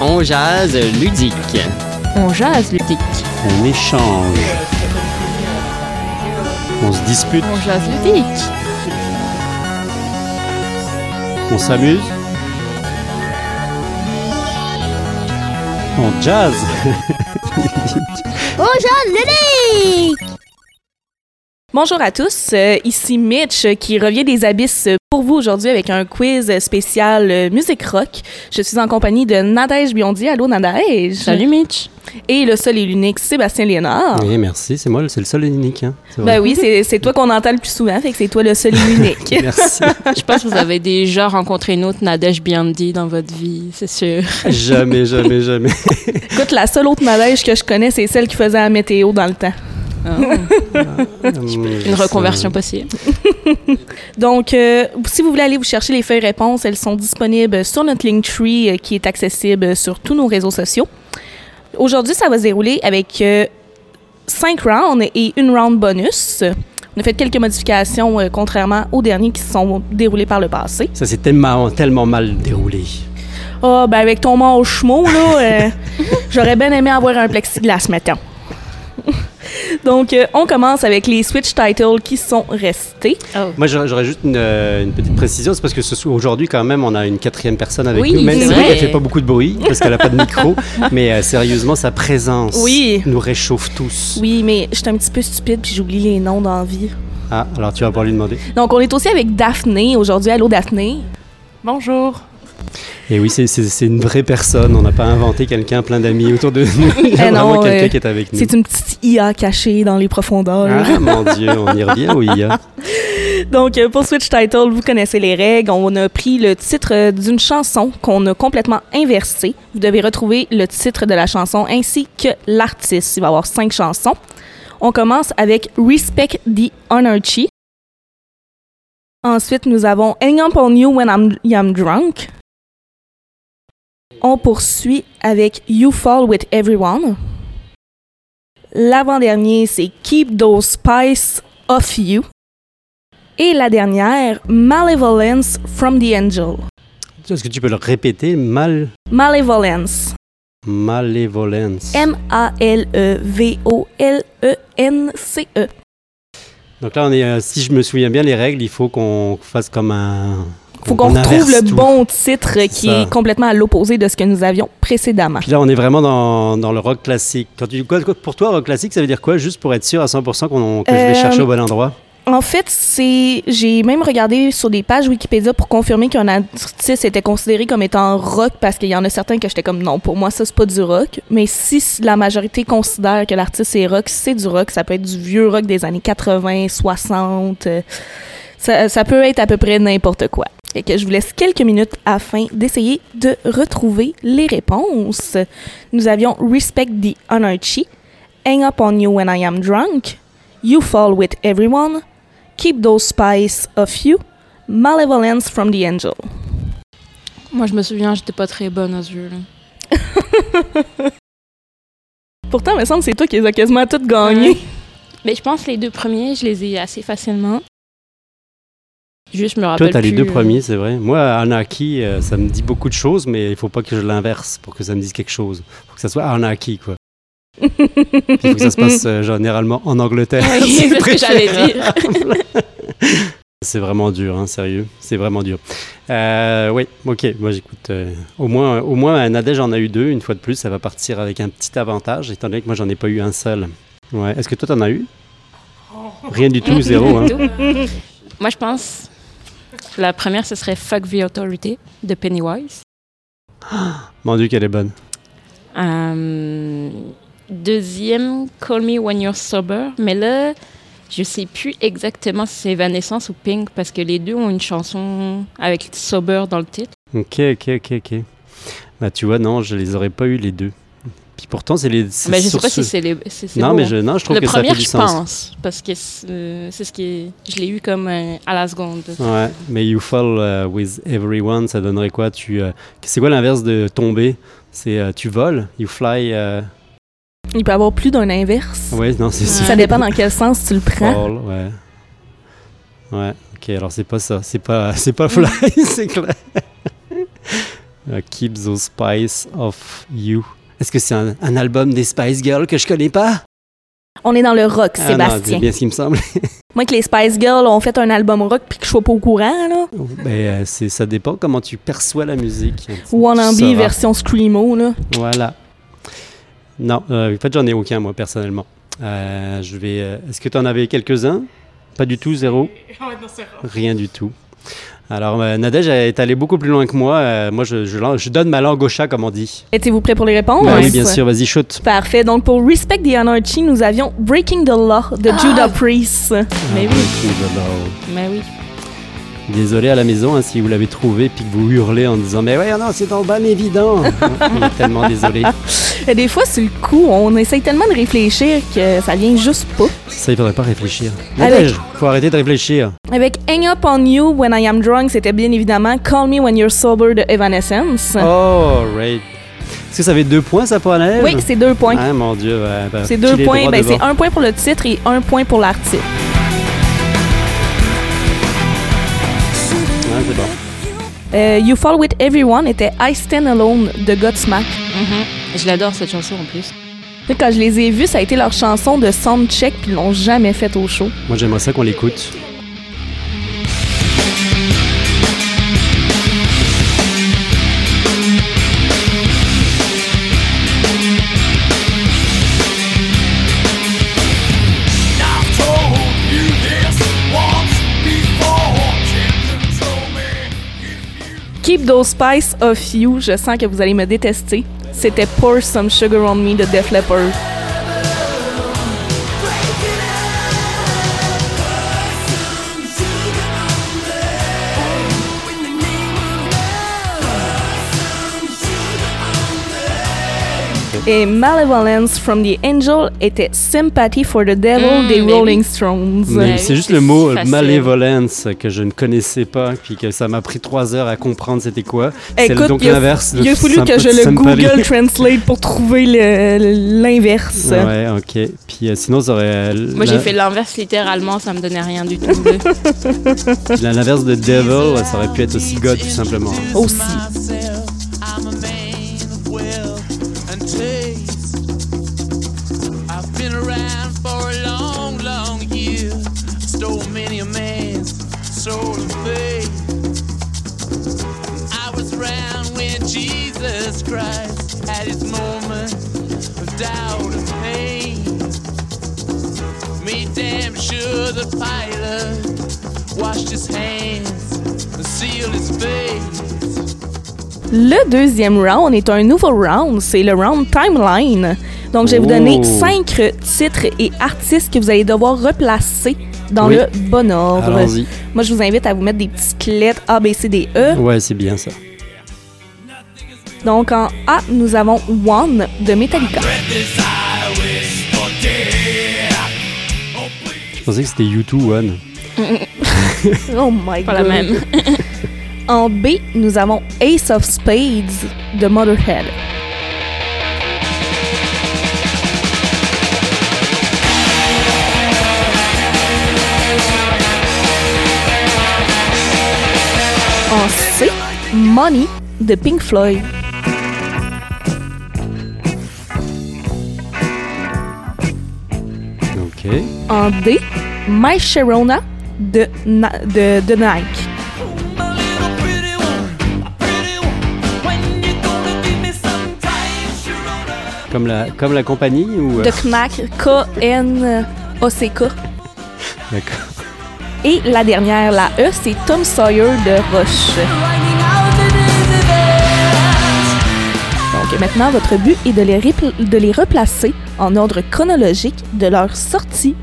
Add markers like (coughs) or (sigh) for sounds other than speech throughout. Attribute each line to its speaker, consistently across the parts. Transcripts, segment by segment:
Speaker 1: On jase ludique.
Speaker 2: On jase ludique.
Speaker 3: On échange. On se dispute.
Speaker 2: On jase ludique.
Speaker 3: On s'amuse. On jazz.
Speaker 2: Ah.
Speaker 4: On jase ludique.
Speaker 5: Bonjour à tous, euh, ici Mitch euh, qui revient des abysses euh, pour vous aujourd'hui avec un quiz euh, spécial euh, musique rock. Je suis en compagnie de Nadège Biondi. Allô Nadège.
Speaker 2: Salut Mitch.
Speaker 5: Et le seul et l'unique Sébastien Léonard.
Speaker 3: Oui, merci, c'est moi, le- c'est le seul et l'unique. hein. C'est vrai.
Speaker 2: Bah
Speaker 5: Ben oui, c'est c'est toi qu'on entend le plus souvent, fait que c'est toi le seul et
Speaker 3: (laughs)
Speaker 5: l'unique.
Speaker 3: Merci.
Speaker 2: Je pense que vous avez déjà rencontré une autre Nadège Biandi dans votre vie, c'est sûr.
Speaker 3: jamais,
Speaker 2: (laughs)
Speaker 3: jamais, jamais.
Speaker 5: Écoute, la seule autre Nadège que je connais, c'est celle qui faisait la météo dans le temps.
Speaker 2: Une reconversion possible.
Speaker 5: Donc, euh, si vous voulez aller vous chercher les feuilles réponses, elles sont disponibles sur notre Linktree euh, qui est accessible sur tous nos réseaux sociaux. Aujourd'hui, ça va se dérouler avec euh, cinq rounds et une round bonus. On a fait quelques modifications, euh, contrairement aux derniers qui se sont déroulés par le passé.
Speaker 3: Ça s'est tellement, tellement mal déroulé.
Speaker 5: Ah, ben avec ton manche mot, là, euh, j'aurais bien aimé avoir un plexiglas, mettons. (laughs) Donc, euh, on commence avec les Switch titles qui sont restés.
Speaker 3: Moi, j'aurais j'aurais juste une, euh, une petite précision, c'est parce que ce soir- aujourd'hui, quand même, on a une quatrième personne avec
Speaker 2: Oui,
Speaker 3: nous, même
Speaker 2: c'est
Speaker 3: si elle
Speaker 2: vrai.
Speaker 3: fait pas beaucoup de bruit, parce qu'elle a pas de
Speaker 2: (laughs)
Speaker 3: micro, mais euh, sérieusement, sa présence
Speaker 5: Oui.
Speaker 3: nous réchauffe tous.
Speaker 5: Oui, mais je suis un petit peu stupide puis j'oublie les noms d'envie.
Speaker 3: Ah, alors tu vas pouvoir lui demander.
Speaker 5: Donc, on est aussi avec Daphné aujourd'hui. Allô, Daphné.
Speaker 6: Bonjour.
Speaker 3: Et oui, c'est- c'est c'est une vraie personne, on n'a pas inventé quelqu'un plein d'amis autour de nous. Il y a
Speaker 5: Eh non,
Speaker 3: vraiment quelqu'un
Speaker 5: euh,
Speaker 3: qui est avec nous.
Speaker 5: C'est une petite IA cachée dans les profondeurs.
Speaker 3: Ah mon dieu, on y revient, oui. hein.
Speaker 5: Donc, euh, pour Switch Title, vous connaissez les règles. On a pris le titre euh, d'une chanson qu'on a complètement inversée. Vous devez retrouver le titre de la chanson ainsi que l'artiste. Il va y avoir cinq chansons. On commence avec Respect the Anarchy. Ensuite, nous avons Hang Up on You When I'm, I'm Drunk. On poursuit avec You Fall with Everyone. L'avant-dernier, c'est Keep Those Spice Off You. Et la dernière, Malevolence from the Angel.
Speaker 3: (laughs) Est-ce que tu peux le répéter Mal,
Speaker 5: Malevolence.
Speaker 3: malévolence.
Speaker 5: E M-A-L-E-V-O-L-E-N-C-E.
Speaker 3: Donc là, on est, euh, si je me souviens bien les règles, il faut qu'on fasse comme un.
Speaker 5: Faut qu'on retrouve
Speaker 3: inverse
Speaker 5: le
Speaker 3: tout.
Speaker 5: bon titre qui
Speaker 3: ça.
Speaker 5: est complètement à l'opposé de ce que nous avions précédemment.
Speaker 3: Puis là, on est vraiment dans, dans le rock classique. Quand tu dis quoi, quoi- pour toi, rock classique, ça veut dire quoi Juste pour être sûr à 100% qu'on que je vais
Speaker 5: Euh,
Speaker 3: chercher au bon endroit.
Speaker 5: En fait, c'est j'ai même regardé sur des pages Wikipédia pour confirmer qu'un artiste était considéré comme étant rock parce qu'il y en a certains que j'étais comme non, pour moi ça c'est pas du rock, mais si la majorité considère que l'artiste est rock, c'est du rock, ça peut être du vieux rock des années 80, 60. euh, Ça, ça peut être à peu près n'importe quoi. Et que je vous laisse quelques minutes afin d'essayer de retrouver les réponses. Nous avions Respect the Anarchy, Hang Up on You When I Am Drunk, You Fall with Everyone, Keep Those Spies Off You, Malevolence from the Angel. (laughs)
Speaker 2: Moi, je me souviens, j'étais pas très bonne à ce jeu-là.
Speaker 5: Pourtant, il me semble que c'est toi qui les as quasiment toutes gagnées.
Speaker 2: Mais je pense que les deux premiers, je les ai assez facilement. Juste, je me rappelle
Speaker 3: Toi, t'as les
Speaker 2: plus,
Speaker 3: deux
Speaker 2: euh,
Speaker 3: premiers, c'est vrai. Moi, Anarchy, euh, ça me dit beaucoup de choses, mais il faut pas que je l'inverse pour que ça me dise quelque chose. Faut que ça soit Anarchy,
Speaker 2: (laughs)
Speaker 3: quoi. Puis Il faut que ça se passe euh, généralement en Angleterre.
Speaker 2: (laughs) Oui,
Speaker 3: (laughs)
Speaker 2: c'est ce que j'allais
Speaker 3: préférable. C'est vraiment dur, hein, sérieux. C'est vraiment dur. Euh, oui, ok. Moi, j'écoute. euh, au moins, au moins, Nadège en a eu deux. Une fois de plus, ça va partir avec un petit avantage, étant donné que moi, j'en ai pas eu un seul. Ouais. Est-ce que toi, t'en as eu Rien
Speaker 2: (laughs)
Speaker 3: du tout, zéro. Hein.
Speaker 2: Moi, je pense. La première, ce serait Fuck the Authority de Pennywise.
Speaker 3: Mon Dieu, qu'elle est bonne.
Speaker 2: Euh, deuxième, Call Me When You're Sober. Mais là, je sais plus exactement si c'est Evanescence ou Pink parce que les deux ont une chanson avec Sober dans le titre.
Speaker 3: Ok, ok, ok, ok. Bah, tu vois, non, je les aurais pas eu les deux. Puis pourtant, c'est les. c'est
Speaker 2: Mais Bah, je sais
Speaker 3: sur
Speaker 2: pas
Speaker 3: ce-
Speaker 2: si c'est les. c'est- c'est
Speaker 3: Non,
Speaker 2: beau,
Speaker 3: mais
Speaker 2: hein.
Speaker 3: je, non, je trouve
Speaker 2: Le
Speaker 3: que
Speaker 2: premier,
Speaker 3: ça fait du
Speaker 2: je hein.
Speaker 3: sens.
Speaker 2: pense, parce que c'est euh, c'est ce qui est- je l'ai eu comme euh, à la seconde.
Speaker 3: Ouais, mais You Fall euh, with Everyone, ça donnerait quoi Tu, euh, C'est quoi l'inverse de tomber C'est euh, tu voles, you fly. euh,
Speaker 5: Il peut y avoir plus d'un inverse.
Speaker 3: Ouais, non, c'est
Speaker 2: Ouais.
Speaker 3: ça.
Speaker 5: Ça dépend dans quel sens tu le prends.
Speaker 3: Fall, ouais. (laughs) Ouais, ok, alors c'est pas ça. C'est pas, c'est pas fly, c'est clair. euh, Keep Those Spice Off You. Est-ce que c'est un, un album des Spice Girls que je connais pas
Speaker 5: On est dans le rock,
Speaker 3: Ah non,
Speaker 5: Sébastien.
Speaker 3: c'est bien ce qui me semble. (laughs)
Speaker 5: Moi, que les Spice Girls ont fait un album rock puis que je sois pas au courant, là.
Speaker 3: Ben, euh, c'est- ça dépend comment tu perçois la musique.
Speaker 5: Wannabe
Speaker 3: Tu sauras.
Speaker 5: version Screamo, là.
Speaker 3: Voilà. Non, euh, en fait, j'en ai aucun, moi, personnellement. Euh, je vais. euh, Est-ce que tu en avais quelques-uns Pas du tout, zéro Rien du tout. Alors, euh, Nadège est allée beaucoup plus loin que moi. Euh, moi, je, je lan- je donne ma langue au chat, comme on dit.
Speaker 5: Êtes-vous prêts pour les
Speaker 2: Oh,
Speaker 5: réponses?
Speaker 3: Bah oui, bien sûr, vas-y, shoot.
Speaker 5: Parfait. Donc, pour Respect the Anarchy, nous avions Breaking the Law de Judas Priest.
Speaker 2: Mais
Speaker 3: Ah,
Speaker 2: oui.
Speaker 3: oui, j'adore.
Speaker 2: Mais oui.
Speaker 3: Désolé à la maison hein, si vous l'avez trouvé puis que vous hurlez en disant Mais ouais, non, c'est en bas, évident. (laughs) On est tellement désolé.
Speaker 5: Et des fois, sur le coup, on essaye tellement de réfléchir que ça vient juste pas.
Speaker 3: Ça, il faudrait pas réfléchir.
Speaker 5: Avec-
Speaker 3: Nadège, faut arrêter de réfléchir.
Speaker 5: Avec Hang Up on You When I Am Drunk, c'était bien évidemment Call Me When You're Sober de Evanescence.
Speaker 3: Oh, right. Est-ce que ça fait deux points, ça, pour Anaëlle
Speaker 5: Oui, c'est deux points.
Speaker 3: Ah, mon Dieu. ouais, bah,
Speaker 5: C'est deux
Speaker 3: pile et
Speaker 5: points.
Speaker 3: droit
Speaker 5: Ben,
Speaker 3: devant.
Speaker 5: c'est un point pour le titre et un point pour l'article.
Speaker 3: Ouais, c'est bon.
Speaker 5: Euh, you Fall With Everyone était I Stand Alone de Godsmack.
Speaker 2: Mhm. Je l'adore cette chanson en plus.
Speaker 5: Là, Quand je les ai vus, ça a été leur chanson de soundcheck puis ils l'ont jamais faite au show.
Speaker 3: Moi, j'aimerais ça qu'on l'écoute.
Speaker 5: Keep Those Spice Off You, je sens que vous allez me détester. C'était Pour Some Sugar on Me de Def Leppard. Et Malevolence from the Angel était Sympathy for the Devil
Speaker 2: Mm,
Speaker 5: des
Speaker 2: mais
Speaker 5: Rolling
Speaker 2: oui.
Speaker 5: Stones.
Speaker 3: Mais
Speaker 2: oui,
Speaker 3: c'est juste
Speaker 2: c'est
Speaker 3: le mot
Speaker 2: facile.
Speaker 3: malévolence que je ne connaissais pas, puis que ça m'a pris trois heures à comprendre c'était quoi. c'est
Speaker 5: Écoute,
Speaker 3: donc
Speaker 5: il a-
Speaker 3: l'inverse. de
Speaker 5: Il a fallu
Speaker 3: sympa-
Speaker 5: que je le
Speaker 3: sympathy.
Speaker 5: Google Translate pour trouver le- l'inverse.
Speaker 3: Ouais, ok. Puis euh, sinon, ça aurait. euh,
Speaker 2: Moi, j'ai
Speaker 3: la-
Speaker 2: fait l'inverse littéralement, ça me donnait rien du
Speaker 3: (laughs)
Speaker 2: tout. là.
Speaker 3: puis la- L'inverse de devil, ça aurait pu être aussi God, tout simplement.
Speaker 5: Aussi.
Speaker 1: I'm a man of wealth and taste. I've been around for a long, long year. Stole many a man's soul and faith. I was around when Jesus Christ had his moment of doubt and pain. Made damn sure the pilot washed his hands and sealed his face.
Speaker 5: Le deuxième round est un nouveau round, c'est le round Timeline. Donc, je vais vous
Speaker 3: Oh.
Speaker 5: donner cinq titres et artistes que vous allez devoir replacer dans
Speaker 3: Oui.
Speaker 5: le bon ordre.
Speaker 3: Allons-y. Oh.
Speaker 5: Moi, je vous invite à vous mettre des petites lettres A, B, C, D, E.
Speaker 3: Ouais, c'est bien ça.
Speaker 5: Donc, en A, nous avons One de Metallica.
Speaker 3: Je pensais que c'était U2 One.
Speaker 5: Oh my
Speaker 2: Pas la
Speaker 5: God.
Speaker 2: même.
Speaker 5: En B, nous avons Ace of Spades de Motherhead. En C, Money de Pink Floyd.
Speaker 3: Ok.
Speaker 5: En D, My Sharona de, Na- de, de Nike.
Speaker 3: Comme la, comme la compagnie ou. euh,
Speaker 5: De Knack, K-N-O-C-K.
Speaker 3: D'accord.
Speaker 5: Et la dernière, la E, c'est Tom Sawyer de Roche. Donc maintenant, votre but est de les, répl- de les replacer en ordre chronologique de leur sortie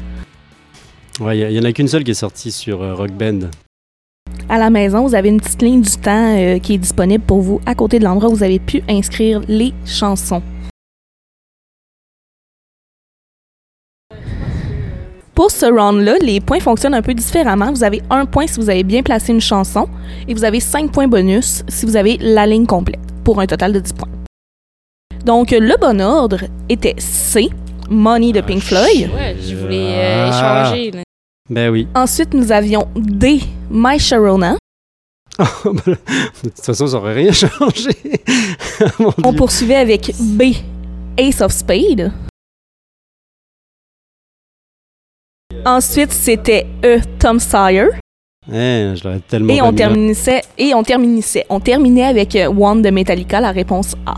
Speaker 3: Ouais, il n'y en a qu'une seule qui est sortie sur euh, Rock Band.
Speaker 5: à la maison. Vous avez une petite ligne du temps euh, qui est disponible pour vous à côté de l'endroit où vous avez pu inscrire les chansons. Pour ce round-là, les points fonctionnent un peu différemment. Vous avez un point si vous avez bien placé une chanson et vous avez cinq points bonus si vous avez la ligne complète pour un total de 10 points. Donc, le bon ordre était C, Money de Pink Floyd.
Speaker 2: Ouais, (laughs) je voulais euh,
Speaker 3: Ah.
Speaker 2: échanger. là.
Speaker 3: Ben oui. (laughs)
Speaker 5: Ensuite, nous avions D, My Sharona.
Speaker 3: de toute façon, ça aurait rien (laughs) changé. Mon Dieu.
Speaker 5: On poursuivait avec B, Ace of Spades. Ensuite, c'était E, Tom Sawyer.
Speaker 3: Eh, je l'aurais tellement
Speaker 5: Et
Speaker 3: pas
Speaker 5: on
Speaker 3: mis là.
Speaker 5: terminait, et on terminait, on terminait avec euh, One de Metallica, la réponse A.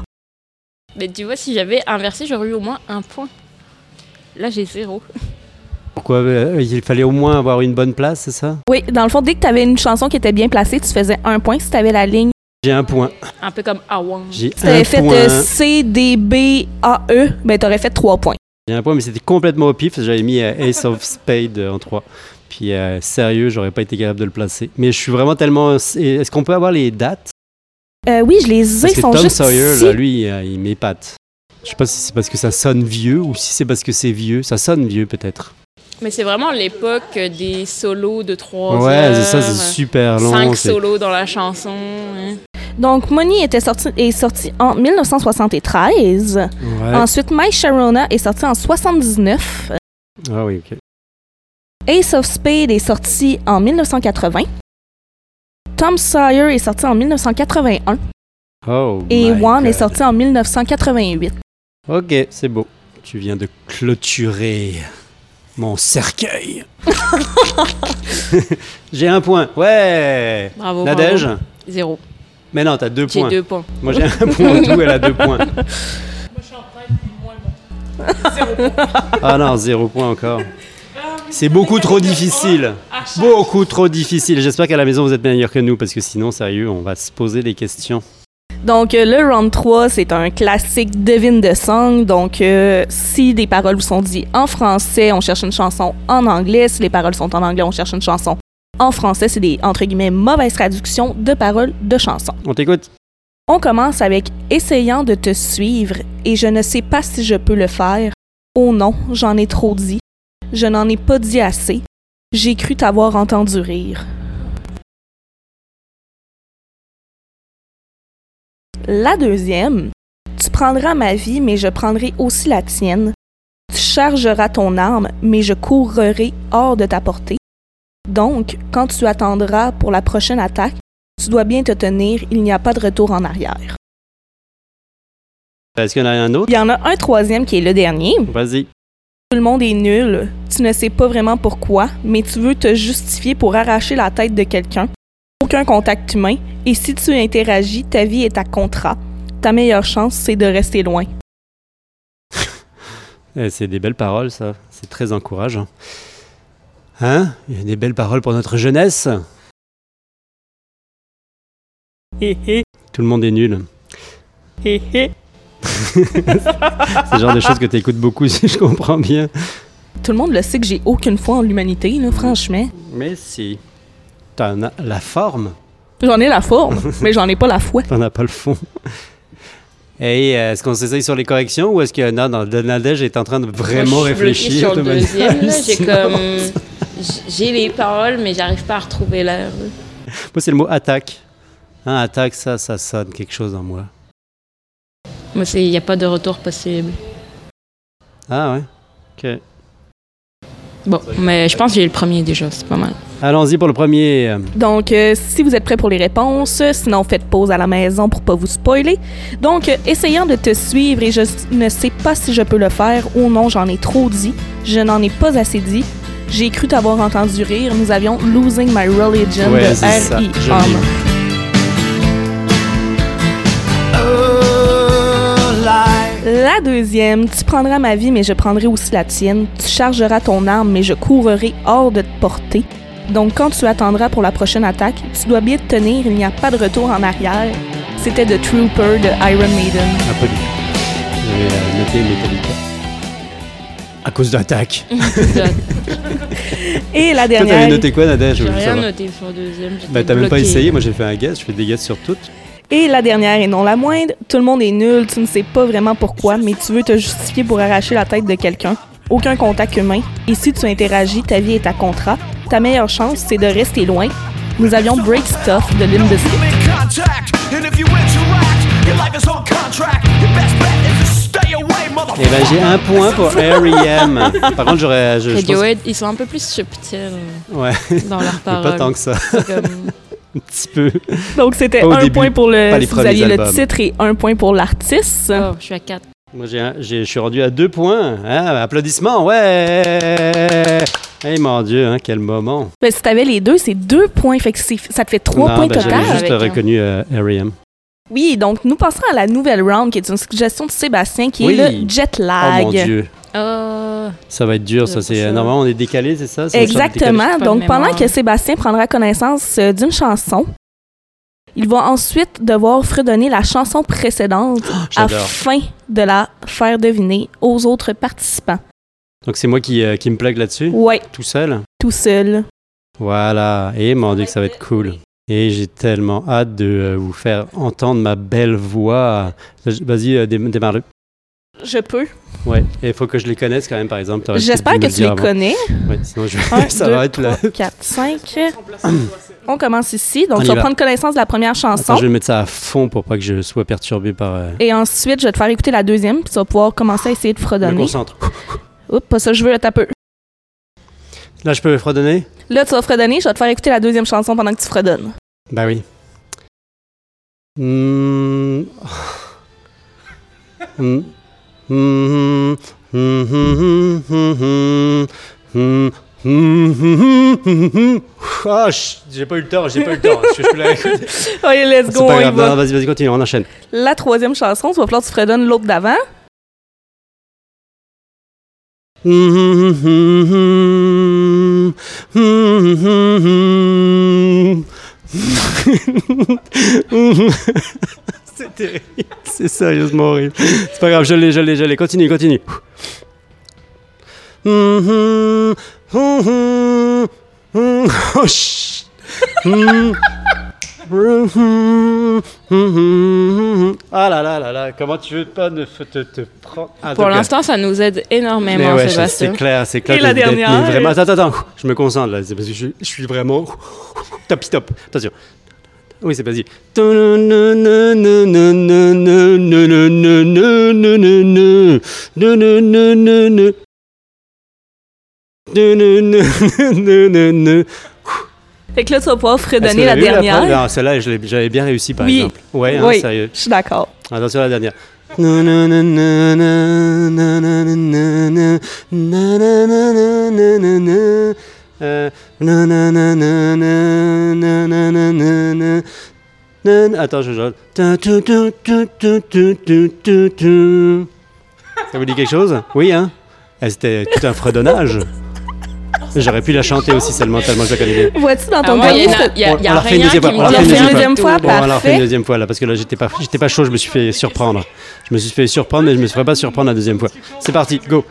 Speaker 2: Mais tu vois, si j'avais inversé, j'aurais eu au moins un point. Là, j'ai zéro.
Speaker 3: Pourquoi euh, Il fallait au moins avoir une bonne place, c'est ça
Speaker 5: Oui, dans le fond, dès que tu avais une chanson qui était bien placée, tu faisais un point. Si tu avais la ligne,
Speaker 3: J'ai un point.
Speaker 2: Un peu comme Awan.
Speaker 3: J'ai
Speaker 5: si tu
Speaker 3: un
Speaker 5: avais fait
Speaker 3: point.
Speaker 5: euh, C, D, B, A, E, ben, tu aurais fait trois points.
Speaker 3: J'ai un point, mais c'était complètement au pif. J'avais mis euh, Ace of Spade euh, en 3. Puis euh, sérieux, j'aurais pas été capable de le placer. Mais je suis vraiment tellement. Et Est-ce qu'on peut avoir les dates
Speaker 5: Euh, oui, je les ai,
Speaker 3: Parce
Speaker 5: ils
Speaker 3: que
Speaker 5: sont
Speaker 3: Tom
Speaker 5: juste
Speaker 3: Sawyer,
Speaker 5: ici.
Speaker 3: là, lui, euh, il m'épate. Je sais pas si c'est parce que ça sonne vieux ou si c'est parce que c'est vieux. Ça sonne vieux peut-être.
Speaker 2: Mais c'est vraiment l'époque des solos de trois
Speaker 3: Ouais,
Speaker 2: heures.
Speaker 3: c'est ça, c'est super long.
Speaker 2: Oh, Cinq
Speaker 3: c'est-
Speaker 2: solos dans la chanson. hein.
Speaker 5: Donc, Money était sorti, est sorti en 1973.
Speaker 3: Ouais.
Speaker 5: Ensuite, My Sharona est sorti en 79.
Speaker 3: Ah oui, ok.
Speaker 5: Ace of Spades est sorti en 1980. Tom Sawyer est sorti en 1981
Speaker 3: Oh,
Speaker 5: et
Speaker 3: my
Speaker 5: One
Speaker 3: God.
Speaker 5: est sorti en 1988.
Speaker 3: Ok, c'est beau. Tu viens de clôturer
Speaker 2: (laughs)
Speaker 3: mon cercueil. (laughs) j'ai un point. Ouais.
Speaker 2: Bravo.
Speaker 3: Nadège
Speaker 2: bravo. Zéro.
Speaker 3: Mais non, t'as deux
Speaker 2: J'ai
Speaker 3: points.
Speaker 2: deux points.
Speaker 3: Moi j'ai un point en tout, elle a deux points. Ah non, zéro point encore. C'est beaucoup trop difficile. Beaucoup trop difficile. J'espère qu'à la maison vous êtes meilleurs que nous parce que sinon, sérieux, on va se poser des questions.
Speaker 5: Donc, euh, le round 3, c'est un classique devine de song. Donc, euh, si des paroles vous sont dites en français, on cherche une chanson en anglais. Si les paroles sont en anglais, on cherche une chanson en français. C'est des, entre guillemets, mauvaises traductions de paroles de chansons.
Speaker 3: On t'écoute
Speaker 5: On commence avec Essayant de te suivre et je ne sais pas si je peux le faire. Oh non, j'en ai trop dit. Je n'en ai pas dit assez. J'ai cru t'avoir entendu rire. La deuxième. Tu prendras ma vie, mais je prendrai aussi la tienne. Tu chargeras ton arme, mais je courrai hors de ta portée. Donc, quand tu attendras pour la prochaine attaque, tu dois bien te tenir, il n'y a pas de retour en arrière.
Speaker 3: Est-ce qu'il y en a un autre
Speaker 5: Il y en a un troisième qui est le dernier.
Speaker 3: Vas-y.
Speaker 5: Tout le monde est nul, tu ne sais pas vraiment pourquoi, mais tu veux te justifier pour arracher la tête de quelqu'un. Aucun contact humain, et si tu interagis, ta vie est à contrat. Ta meilleure chance, c'est de rester loin.
Speaker 3: Eh, C'est des belles paroles, ça. C'est très encourageant. Hein Il y a des belles paroles pour notre jeunesse. Hé, hé. Tout le monde est nul. C'est le genre de choses que t'écoutes beaucoup, (laughs) si je comprends bien.
Speaker 5: Tout le monde le sait que j'ai aucune foi en l'humanité, là, franchement.
Speaker 3: Mais si. T'en as la forme,
Speaker 5: J'en ai la forme, mais j'en ai pas la foi.
Speaker 3: t'en as pas le fond. Et euh, est-ce qu'on s'essaye sur les corrections ou est-ce que non, non, Nadège est en train de vraiment
Speaker 2: Moi, je suis bloquée
Speaker 3: réfléchir
Speaker 2: sur le
Speaker 3: de
Speaker 2: deuxième.
Speaker 3: manière
Speaker 2: là.
Speaker 3: (laughs)
Speaker 2: J'ai
Speaker 3: hallucinante.
Speaker 2: comme. J'ai les paroles, mais j'arrive pas à retrouver l'air.
Speaker 3: Moi, c'est le mot attaque. Hein, attaque, ça, ça sonne quelque chose en moi.
Speaker 2: Moi, il n'y a pas de retour possible.
Speaker 3: Ah ouais. Ok.
Speaker 2: Bon, mais je pense que j'ai le premier déjà, c'est pas mal.
Speaker 3: Allons-y pour le premier.
Speaker 5: Donc, euh, si vous êtes prêts pour les réponses, sinon faites pause à la maison pour pas vous spoiler. Donc, euh, essayant de te suivre et je s- ne sais pas si je peux le faire ou non, j'en ai trop dit, je n'en ai pas assez dit. J'ai cru t'avoir entendu rire. Nous avions Losing My Religion
Speaker 3: Ouais,
Speaker 5: de
Speaker 3: c'est ça.
Speaker 5: R.I.
Speaker 3: Joli.
Speaker 5: La deuxième, tu prendras ma vie, mais je prendrai aussi la tienne. Tu chargeras ton arme, mais je courrai hors de te portée. Donc, quand tu attendras pour la prochaine attaque, tu dois bien te tenir, il n'y a pas de retour en arrière. C'était The Trooper de Iron Maiden.
Speaker 3: Un peu dur. Je vais euh, noter Metallica. À cause d'attaque.
Speaker 5: Et
Speaker 3: Toi, t'avais
Speaker 5: la dernière,
Speaker 3: noté quoi, Nadège Je
Speaker 2: J'ai
Speaker 3: veux
Speaker 2: rien
Speaker 3: savoir.
Speaker 2: noté sur le deuxième. j'étais
Speaker 3: Bah, t'as même pas
Speaker 2: bloquée.
Speaker 3: essayé. Moi, j'ai fait un guess. Je fais des guesses sur toutes.
Speaker 5: et la dernière et non la moindre, tout le monde est nul, tu ne sais pas vraiment pourquoi, mais tu veux te justifier pour arracher la tête de quelqu'un. Aucun contact humain. Et si tu interagis, ta vie est à contrat. Ta meilleure chance, c'est de rester loin. Nous avions Break Stuff de Limp Bizkit.
Speaker 6: You make contact, and if you interact, your life is on contract. Your best bet is to stay away, motherfucker.
Speaker 3: Eh ben, j'ai un
Speaker 2: (laughs)
Speaker 3: point pour R.E.M. Par contre, j'aurais. Je,
Speaker 2: Les
Speaker 3: je pense-
Speaker 2: Radiohead, ils sont un peu plus subtils euh,
Speaker 3: Ouais, (laughs)
Speaker 2: dans leurs
Speaker 3: mais
Speaker 2: paroles.
Speaker 3: pas tant que ça.
Speaker 2: (laughs) C'est comme-
Speaker 3: un petit peu.
Speaker 5: Donc, c'était
Speaker 3: Au
Speaker 5: un
Speaker 3: début,
Speaker 5: point pour le,
Speaker 3: pas les
Speaker 5: si vous
Speaker 3: premiers
Speaker 5: aviez le
Speaker 3: albums.
Speaker 5: titre et un point pour l'artiste.
Speaker 2: Oh, je suis à 4.
Speaker 3: Moi, j'ai un- j'ai- je suis rendu à deux points. hein. Applaudissements, ouais! Eh mon Dieu, hein, quel moment!
Speaker 5: Ben, si t'avais les deux, c'est deux points. Fait que c'est- ça te fait trois
Speaker 3: Non,
Speaker 5: points
Speaker 3: ben,
Speaker 5: total.
Speaker 3: J'avais juste
Speaker 2: Avec un-
Speaker 3: reconnu euh, R.E.M.
Speaker 5: Oui, donc nous passerons à la nouvelle round qui est une suggestion de Sébastien qui
Speaker 3: Oui.
Speaker 5: est le jet
Speaker 3: Oh
Speaker 5: lag.
Speaker 3: mon Dieu,
Speaker 2: Oh,
Speaker 3: ça va être dur,
Speaker 2: Le
Speaker 3: ça. C'est
Speaker 2: prochain.
Speaker 3: normalement on est décalé, c'est ça? C'est une sorte de décalage.
Speaker 5: Exactement.
Speaker 2: de
Speaker 5: Donc, pendant
Speaker 2: mémoire.
Speaker 5: que Sébastien prendra connaissance euh, d'une chanson, il va ensuite devoir fredonner la chanson précédente
Speaker 3: Ah, J'adore.
Speaker 5: afin de la faire deviner aux autres participants.
Speaker 3: Donc c'est moi qui, euh, qui me plague là-dessus,
Speaker 5: Ouais,
Speaker 3: tout seul.
Speaker 5: tout seul.
Speaker 3: Voilà. Et mon Dieu, que ça va être cool. Et j'ai tellement hâte de euh, vous faire entendre ma belle voix. Vas-y, euh, dé- démarre-le.
Speaker 5: Je peux.
Speaker 3: Ouais. Et il faut que je les connaisse quand même, par exemple. T'aurais
Speaker 5: J'espère
Speaker 3: peut-être dû
Speaker 5: que
Speaker 3: me
Speaker 5: tu
Speaker 3: le
Speaker 5: les
Speaker 3: dire
Speaker 5: connais.
Speaker 3: avant. Ouais, sinon je... (laughs)
Speaker 5: 1,
Speaker 3: ça
Speaker 5: 2,
Speaker 3: va être euh, là.
Speaker 5: 4, 5. On commence ici. Donc,
Speaker 3: On y
Speaker 5: tu vas
Speaker 3: va.
Speaker 5: prendre connaissance de la première chanson.
Speaker 3: Attends, je vais mettre ça à fond pour pas que je sois perturbé par. euh,
Speaker 5: Et ensuite, je vais te faire écouter la deuxième, puis tu vas pouvoir commencer à essayer de
Speaker 3: Je me
Speaker 5: fredonner.
Speaker 3: concentre.
Speaker 5: Oups, pas ça, je veux le taper.
Speaker 3: Là, je peux fredonner
Speaker 5: Là, tu vas fredonner, je vais te faire écouter la deuxième chanson pendant que tu fredonnes.
Speaker 3: Bah oui. Hmm. Hmm. Hmm. Hmm. Hmm. Hmm. Hmm. Ah, chut, j'ai pas eu le temps, j'ai pas eu le temps. Est-ce que je peux la réécouter?
Speaker 5: Allez, let's
Speaker 3: Ah, C'est
Speaker 5: go, on
Speaker 3: pas
Speaker 5: y
Speaker 3: grave, non,
Speaker 5: va.
Speaker 3: vas-y, vas-y, continue, on enchaîne.
Speaker 5: La troisième chanson, tu vas falloir que tu fredonnes l'autre d'avant.
Speaker 3: (laughs) C'est terrible. C'est sérieusement horrible. C'est pas grave, je l'ai, je l'ai, je l'ai. Continue, continue. Oh, chut. Ah là là là là, comment tu veux pas ne f- te, te prendre Ah,
Speaker 2: Pour
Speaker 3: donc,
Speaker 2: l'instant, ça nous aide
Speaker 3: mais
Speaker 2: énormément,
Speaker 3: ouais, je- c'est
Speaker 2: Sébastien.
Speaker 3: clair, c'est clair.
Speaker 5: Et
Speaker 3: que
Speaker 5: la
Speaker 3: je vais- mais
Speaker 5: dernière.
Speaker 3: Vraiment, attends, attends, attends, je me concentre là, c'est parce que je, je suis vraiment (laughs) top, top. Attention. Oui, c'est vas-y.
Speaker 5: Fait que là, tu vas pouvoir
Speaker 3: Est-ce que
Speaker 5: fredonner
Speaker 3: vous
Speaker 5: la
Speaker 3: avez eu
Speaker 5: dernière.
Speaker 3: première Non, celle-là, je l'ai- j'avais bien réussi par
Speaker 5: Oui.
Speaker 3: exemple. Ouais, hein,
Speaker 5: oui,
Speaker 3: sérieux.
Speaker 5: je suis d'accord.
Speaker 3: Attention à la dernière. Attends, je joue. Ça vous dit quelque chose Oui, hein Eh, C'était tout un fredonnage. J'aurais pu la chanter aussi seulement tellement je la connais bien.
Speaker 5: Vois-tu dans
Speaker 2: Ah,
Speaker 5: ton
Speaker 2: moi, il y
Speaker 5: cahier,
Speaker 2: en a- il y a, il y a
Speaker 3: On la refait une
Speaker 2: rien
Speaker 3: deuxième
Speaker 2: qui
Speaker 3: fois,
Speaker 2: me
Speaker 3: on la
Speaker 2: dit
Speaker 5: refait une
Speaker 2: ça.
Speaker 5: deuxième fois,
Speaker 3: Bon, on la refait
Speaker 5: Parfait.
Speaker 3: une deuxième fois là, parce que là j'étais pas, j'étais pas chaud, je me suis fait surprendre. Je me suis fait surprendre, mais je me ferai pas surprendre la deuxième fois. C'est parti, go.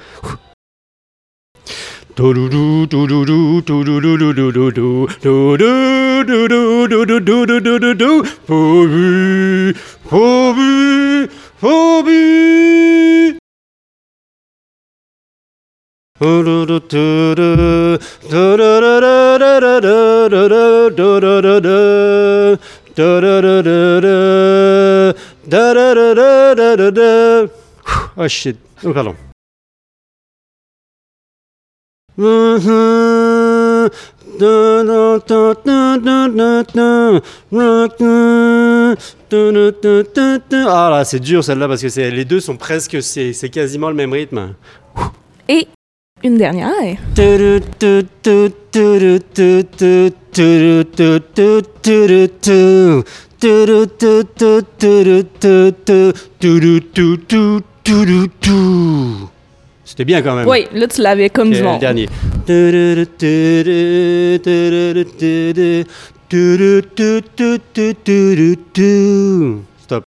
Speaker 3: Touloulou, touloulou, touloulou, touloulou, Phobie, phobie, phobie. Oh, Oh shit. Oh pardon. Ah là, c'est dur celle-là parce que c'est- les deux sont presque, c'est c'est quasiment le même rythme.
Speaker 5: Et une dernière.
Speaker 3: C'était bien quand même.
Speaker 5: Oui, là, tu l'avais comme
Speaker 3: Ok,
Speaker 5: du
Speaker 3: le
Speaker 5: monde.
Speaker 3: dernier. Stop.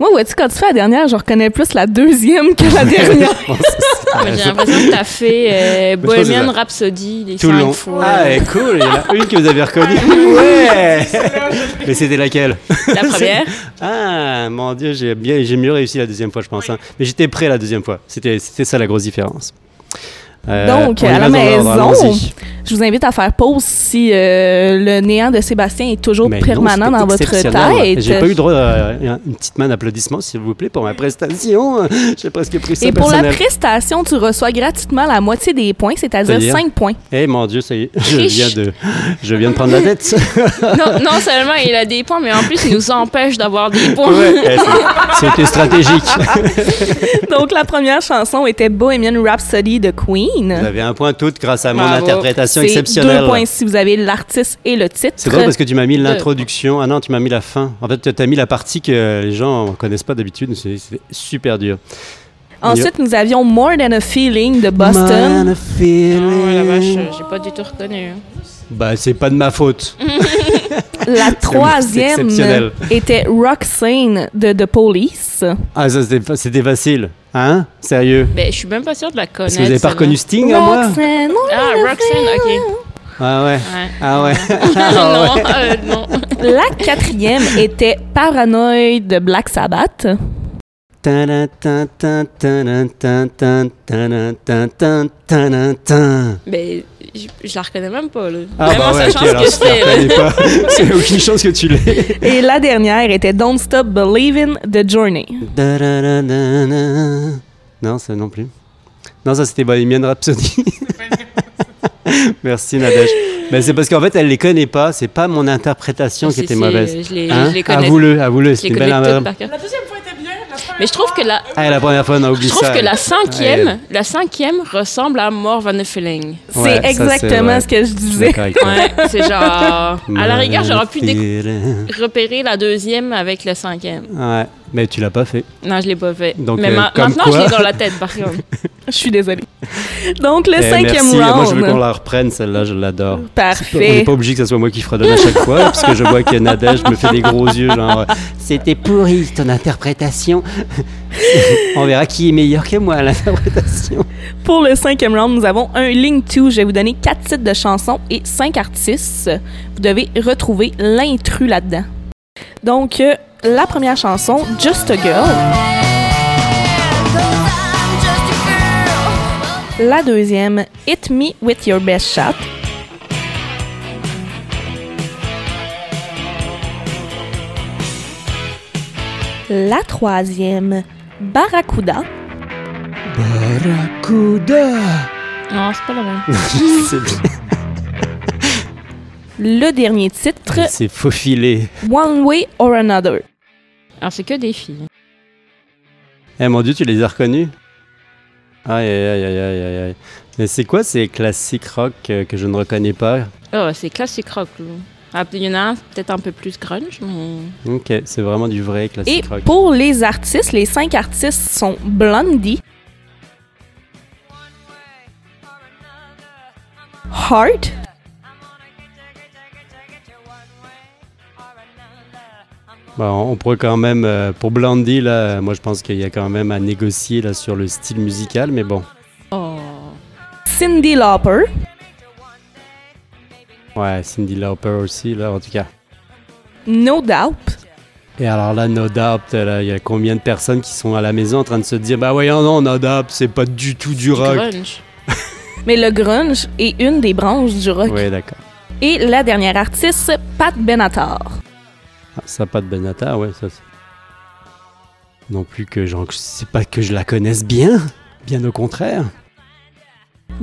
Speaker 5: Moi, vois-tu, quand tu fais la dernière, je reconnais plus la deuxième que
Speaker 3: (laughs)
Speaker 5: la dernière.
Speaker 2: Mais J'ai l'impression que t'as
Speaker 3: (laughs)
Speaker 2: fait euh,
Speaker 3: pense que c'est
Speaker 2: Bohemian
Speaker 3: ça.
Speaker 2: Rhapsody les
Speaker 3: Tout le
Speaker 2: cinq
Speaker 3: long.
Speaker 2: fois.
Speaker 3: Ah, elle est cool, il y en
Speaker 5: (laughs)
Speaker 3: a une que vous avez reconnue.
Speaker 5: Ah,
Speaker 3: Ouais Mais c'était laquelle
Speaker 2: La première.
Speaker 3: Ah, mon Dieu, j'ai bien, j'ai mieux réussi la deuxième fois, je pense. hein. Mais j'étais prêt la deuxième fois. C'était, c'était ça la grosse différence. Euh,
Speaker 5: Donc,
Speaker 3: on y
Speaker 5: à
Speaker 3: va
Speaker 5: la
Speaker 3: dans l'ordre,
Speaker 5: maison,
Speaker 3: allons-y.
Speaker 5: Je vous invite à faire pause si euh, le néant de Sébastien est toujours
Speaker 3: Mais non,
Speaker 5: permanent
Speaker 3: c'était
Speaker 5: dans votre
Speaker 3: exceptionnel.
Speaker 5: tête.
Speaker 3: J'ai pas eu droit à une petite main d'applaudissement, s'il vous plaît, pour ma prestation. (laughs) J'ai presque pris ça
Speaker 5: Et pour la
Speaker 3: personnel.
Speaker 5: prestation, tu reçois gratuitement la moitié des points, c'est-à-dire
Speaker 3: C'est-à-dire?
Speaker 5: 5 points. (laughs)
Speaker 3: Eh mon Dieu, ça y est, je
Speaker 2: Triche.
Speaker 3: viens de, je viens de prendre la
Speaker 5: (laughs)
Speaker 3: tête.
Speaker 2: Non, non seulement il a des points, mais en plus il nous empêche d'avoir des points.
Speaker 3: Ouais, eh, c'est- c'était stratégique.
Speaker 5: Donc, la première chanson était Bohemian Rhapsody de
Speaker 3: Vous
Speaker 5: Queen.
Speaker 3: avez un point toute grâce à mon
Speaker 2: Bravo.
Speaker 3: interprétation
Speaker 5: C'est
Speaker 3: exceptionnelle.
Speaker 5: deux points si vous avez l'artiste et le titre.
Speaker 3: C'est drôle parce que tu m'as mis l'introduction. Ah non, tu m'as mis la fin. En fait, tu as mis la partie que les gens connaissent pas d'habitude. C'est c'est super dur.
Speaker 5: Ensuite, nous avions More Than a Feeling de
Speaker 3: Man,
Speaker 5: Boston.
Speaker 3: a feeling.
Speaker 2: (laughs) Oh la vache, j'ai pas du tout reconnu. hein.
Speaker 3: Bah, c'est pas de ma faute.
Speaker 5: La troisième
Speaker 3: exceptionnel.
Speaker 5: était Roxane de The Police.
Speaker 3: Ah, ça, c'était c'était facile. Hein Sérieux
Speaker 2: Ben, je suis même pas sûre de la connaître.
Speaker 3: Est-ce que vous avez pas
Speaker 2: celle-là.
Speaker 3: reconnu Sting, à moi
Speaker 5: Roxane, oh,
Speaker 2: Ah, Roxanne, ok.
Speaker 3: Ah ouais.
Speaker 2: Ouais. (laughs)
Speaker 3: Ah ouais.
Speaker 2: non,
Speaker 3: Ah,
Speaker 2: euh, non.
Speaker 5: La quatrième était Paranoid de Black Sabbath.
Speaker 3: Tadam, tadam, tadam, tadam, tadam, tadam, tadam, tadam.
Speaker 2: Ben, je, je la reconnais même pas, là.
Speaker 3: Ah
Speaker 2: Vraiment,
Speaker 3: bah
Speaker 2: ça
Speaker 3: ouais, ok,
Speaker 2: change
Speaker 3: alors
Speaker 2: que
Speaker 3: si tu la
Speaker 2: c'est. là.
Speaker 3: reconnais pas, (laughs) c'est aucune chance que tu l'aies.
Speaker 5: Et la dernière était Don't Stop Believing de Journey.
Speaker 3: Da-da-da-da-da. Non, ça non plus. Non, ça c'était Bohemian
Speaker 2: (laughs)
Speaker 3: Rhapsody. Merci Nadège. Mais c'est parce qu'en fait, elle les connaît pas, c'est pas mon interprétation qui
Speaker 2: Ah, Si,
Speaker 3: était
Speaker 2: si,
Speaker 3: mauvaise.
Speaker 2: Je les,
Speaker 3: Hein
Speaker 2: je les connais.
Speaker 3: Avoue-le, avoue-le,
Speaker 2: je
Speaker 3: c'est
Speaker 2: les
Speaker 3: une belle
Speaker 2: connais toutes
Speaker 3: inv-
Speaker 2: par cœur. Mais je trouve que la,
Speaker 3: Ah, la première fois, on a
Speaker 2: je
Speaker 3: oublié
Speaker 2: trouve
Speaker 3: ça. Ah,
Speaker 2: que la cinquième,
Speaker 3: Ouais.
Speaker 2: la cinquième ressemble à More Van a Feeling.
Speaker 3: Ouais, ça,
Speaker 5: c'est
Speaker 3: c'est
Speaker 5: exactement
Speaker 3: vrai.
Speaker 5: ce que je
Speaker 3: Je suis
Speaker 5: disais.
Speaker 3: d'accord avec toi.
Speaker 2: Ouais, c'est
Speaker 3: (laughs)
Speaker 2: genre. À la rigueur, j'aurais pu décou-
Speaker 3: Feeling.
Speaker 2: repérer la deuxième avec la cinquième.
Speaker 3: Ouais, mais tu l'as pas fait.
Speaker 2: Non, je l'ai pas fait.
Speaker 3: Donc,
Speaker 2: Mais
Speaker 3: euh,
Speaker 2: ma-
Speaker 3: comme
Speaker 2: maintenant,
Speaker 3: quoi-
Speaker 2: je l'ai dans la tête, par
Speaker 3: (laughs)
Speaker 2: contre.
Speaker 5: (laughs) Je suis désolée. Donc, le
Speaker 3: Eh,
Speaker 5: cinquième
Speaker 3: merci. Moi, je veux qu'on
Speaker 5: round.
Speaker 3: la reprenne, celle-là, je l'adore. On n'est
Speaker 5: Parfait.
Speaker 3: pas obligé que ce soit moi qui fredonne à chaque fois, parce que je vois que Nadège me fait des gros yeux, genre euh, « C'était pourri, ton interprétation. On verra qui est meilleur que moi à l'interprétation.
Speaker 5: Pour le cinquième round, nous avons un link to. Je vais vous donner quatre titres de chansons et cinq artistes. Vous devez retrouver l'intrus là-dedans. Donc, euh, la première chanson, Just a Girl. La deuxième, Hit Me With Your Best Shot. La troisième, Barracuda. »
Speaker 2: Non, c'est pas la même.
Speaker 3: C'est-
Speaker 5: Le dernier titre,
Speaker 3: (laughs) C'est faux filé.
Speaker 5: One Way or Another.
Speaker 2: Alors, c'est que des filles.
Speaker 3: Eh mon dieu, tu les as reconnus Aïe, aïe, aïe, aïe, aïe, aïe. Mais c'est quoi ces classiques rock euh, que je ne reconnais pas
Speaker 2: Oh, c'est classique rock, là. Ah, puis Il y en a un, c'est peut-être un peu plus grunge, mais.
Speaker 3: Ok, c'est vraiment du vrai
Speaker 5: Et
Speaker 3: classique rock.
Speaker 5: pour les artistes, les cinq artistes sont Blondie, Heart,
Speaker 3: Bon, on pourrait quand même, euh, pour Blondie, là, moi je pense qu'il y a quand même à négocier là, sur le style musical, mais bon.
Speaker 2: Oh.
Speaker 5: Cindy Lauper,
Speaker 3: Ouais, Cindy Lauper aussi, là, en tout cas.
Speaker 5: No Doubt,
Speaker 3: Et alors là, No Doubt, euh, là, il y a combien de personnes qui sont à la maison en train de se dire Bah voyons, non, No Doubt, c'est pas du tout du rock.
Speaker 2: Grunge.
Speaker 5: mais le grunge est une des branches du rock.
Speaker 3: Ouais, d'accord.
Speaker 5: Et la dernière artiste, Pat Benatar.
Speaker 3: Ah, ça, pas de Benata, ouais, ça. c'est- Non plus que genre, que c'est pas que je la connaisse bien, bien au contraire.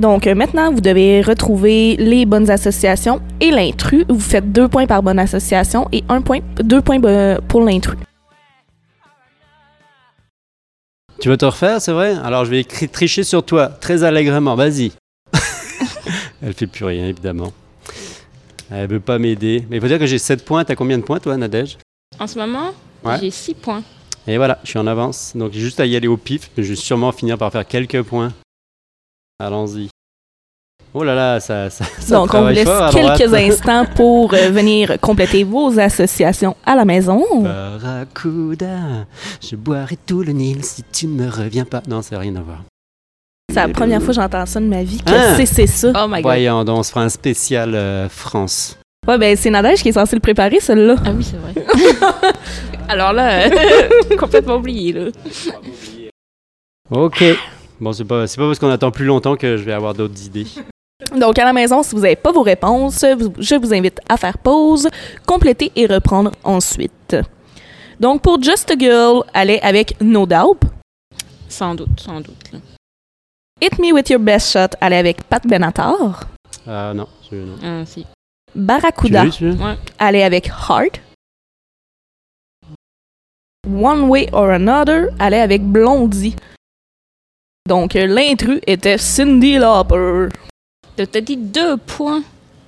Speaker 5: Donc euh, maintenant, vous devez retrouver les bonnes associations et l'intrus. Vous faites deux points par bonne association et un point, deux points euh, pour l'intrus.
Speaker 3: Tu veux te refaire, c'est vrai Alors je vais cri- tricher sur toi, très allègrement, vas-y. (laughs) Elle fait plus rien, évidemment. Elle veut pas m'aider. Mais il faut dire que j'ai 7 points. T'as combien de points, toi, Nadège
Speaker 2: En ce moment,
Speaker 3: Ouais.
Speaker 2: j'ai 6 points.
Speaker 3: Et voilà, je suis en avance. Donc j'ai juste à y aller au pif, mais je vais sûrement finir par faire quelques points. Allons-y. Oh là là, ça, ça, ça
Speaker 5: Donc, on vous
Speaker 3: travaille
Speaker 5: laisse
Speaker 3: fort à droite.
Speaker 5: quelques instants pour euh, venir compléter vos associations à la maison.
Speaker 3: (laughs) Ben, Barracuda, je boirai tout le Nil si tu ne me reviens pas. Non, ça n'a rien à voir.
Speaker 5: C'est la première fois que j'entends ça de ma vie.
Speaker 3: Ah!
Speaker 5: Qu'est-ce que c'est, c'est ça?
Speaker 2: Oh my god.
Speaker 3: Voyons, donc on se fera un spécial euh, France.
Speaker 5: Ouais, ben, c'est Nadège qui est censée le préparer, celui-là.
Speaker 2: Ah oui, c'est vrai. Alors là, (laughs) euh, complètement oublié, là.
Speaker 3: Ok. Bon, c'est pas, c'est pas parce qu'on attend plus longtemps que je vais avoir d'autres idées.
Speaker 5: (laughs) Donc, à la maison, si vous n'avez pas vos réponses, vous- je vous invite à faire pause, compléter et reprendre ensuite. Donc, pour Just a Girl, allez avec No Doubt.
Speaker 2: Sans doute, sans doute. là.
Speaker 5: Hit Me With Your Best Shot, allez avec Pat Benatar.
Speaker 3: Ah non, celui-là, non.
Speaker 2: Ah, si.
Speaker 3: Tu
Speaker 5: Barracuda,
Speaker 3: l'as eu, celui-là?
Speaker 5: allez avec Hard. One Way or Another, allez avec Blondie. Donc, euh, l'intrus était Cindy Lauper.
Speaker 2: T'as- T'as dit deux points.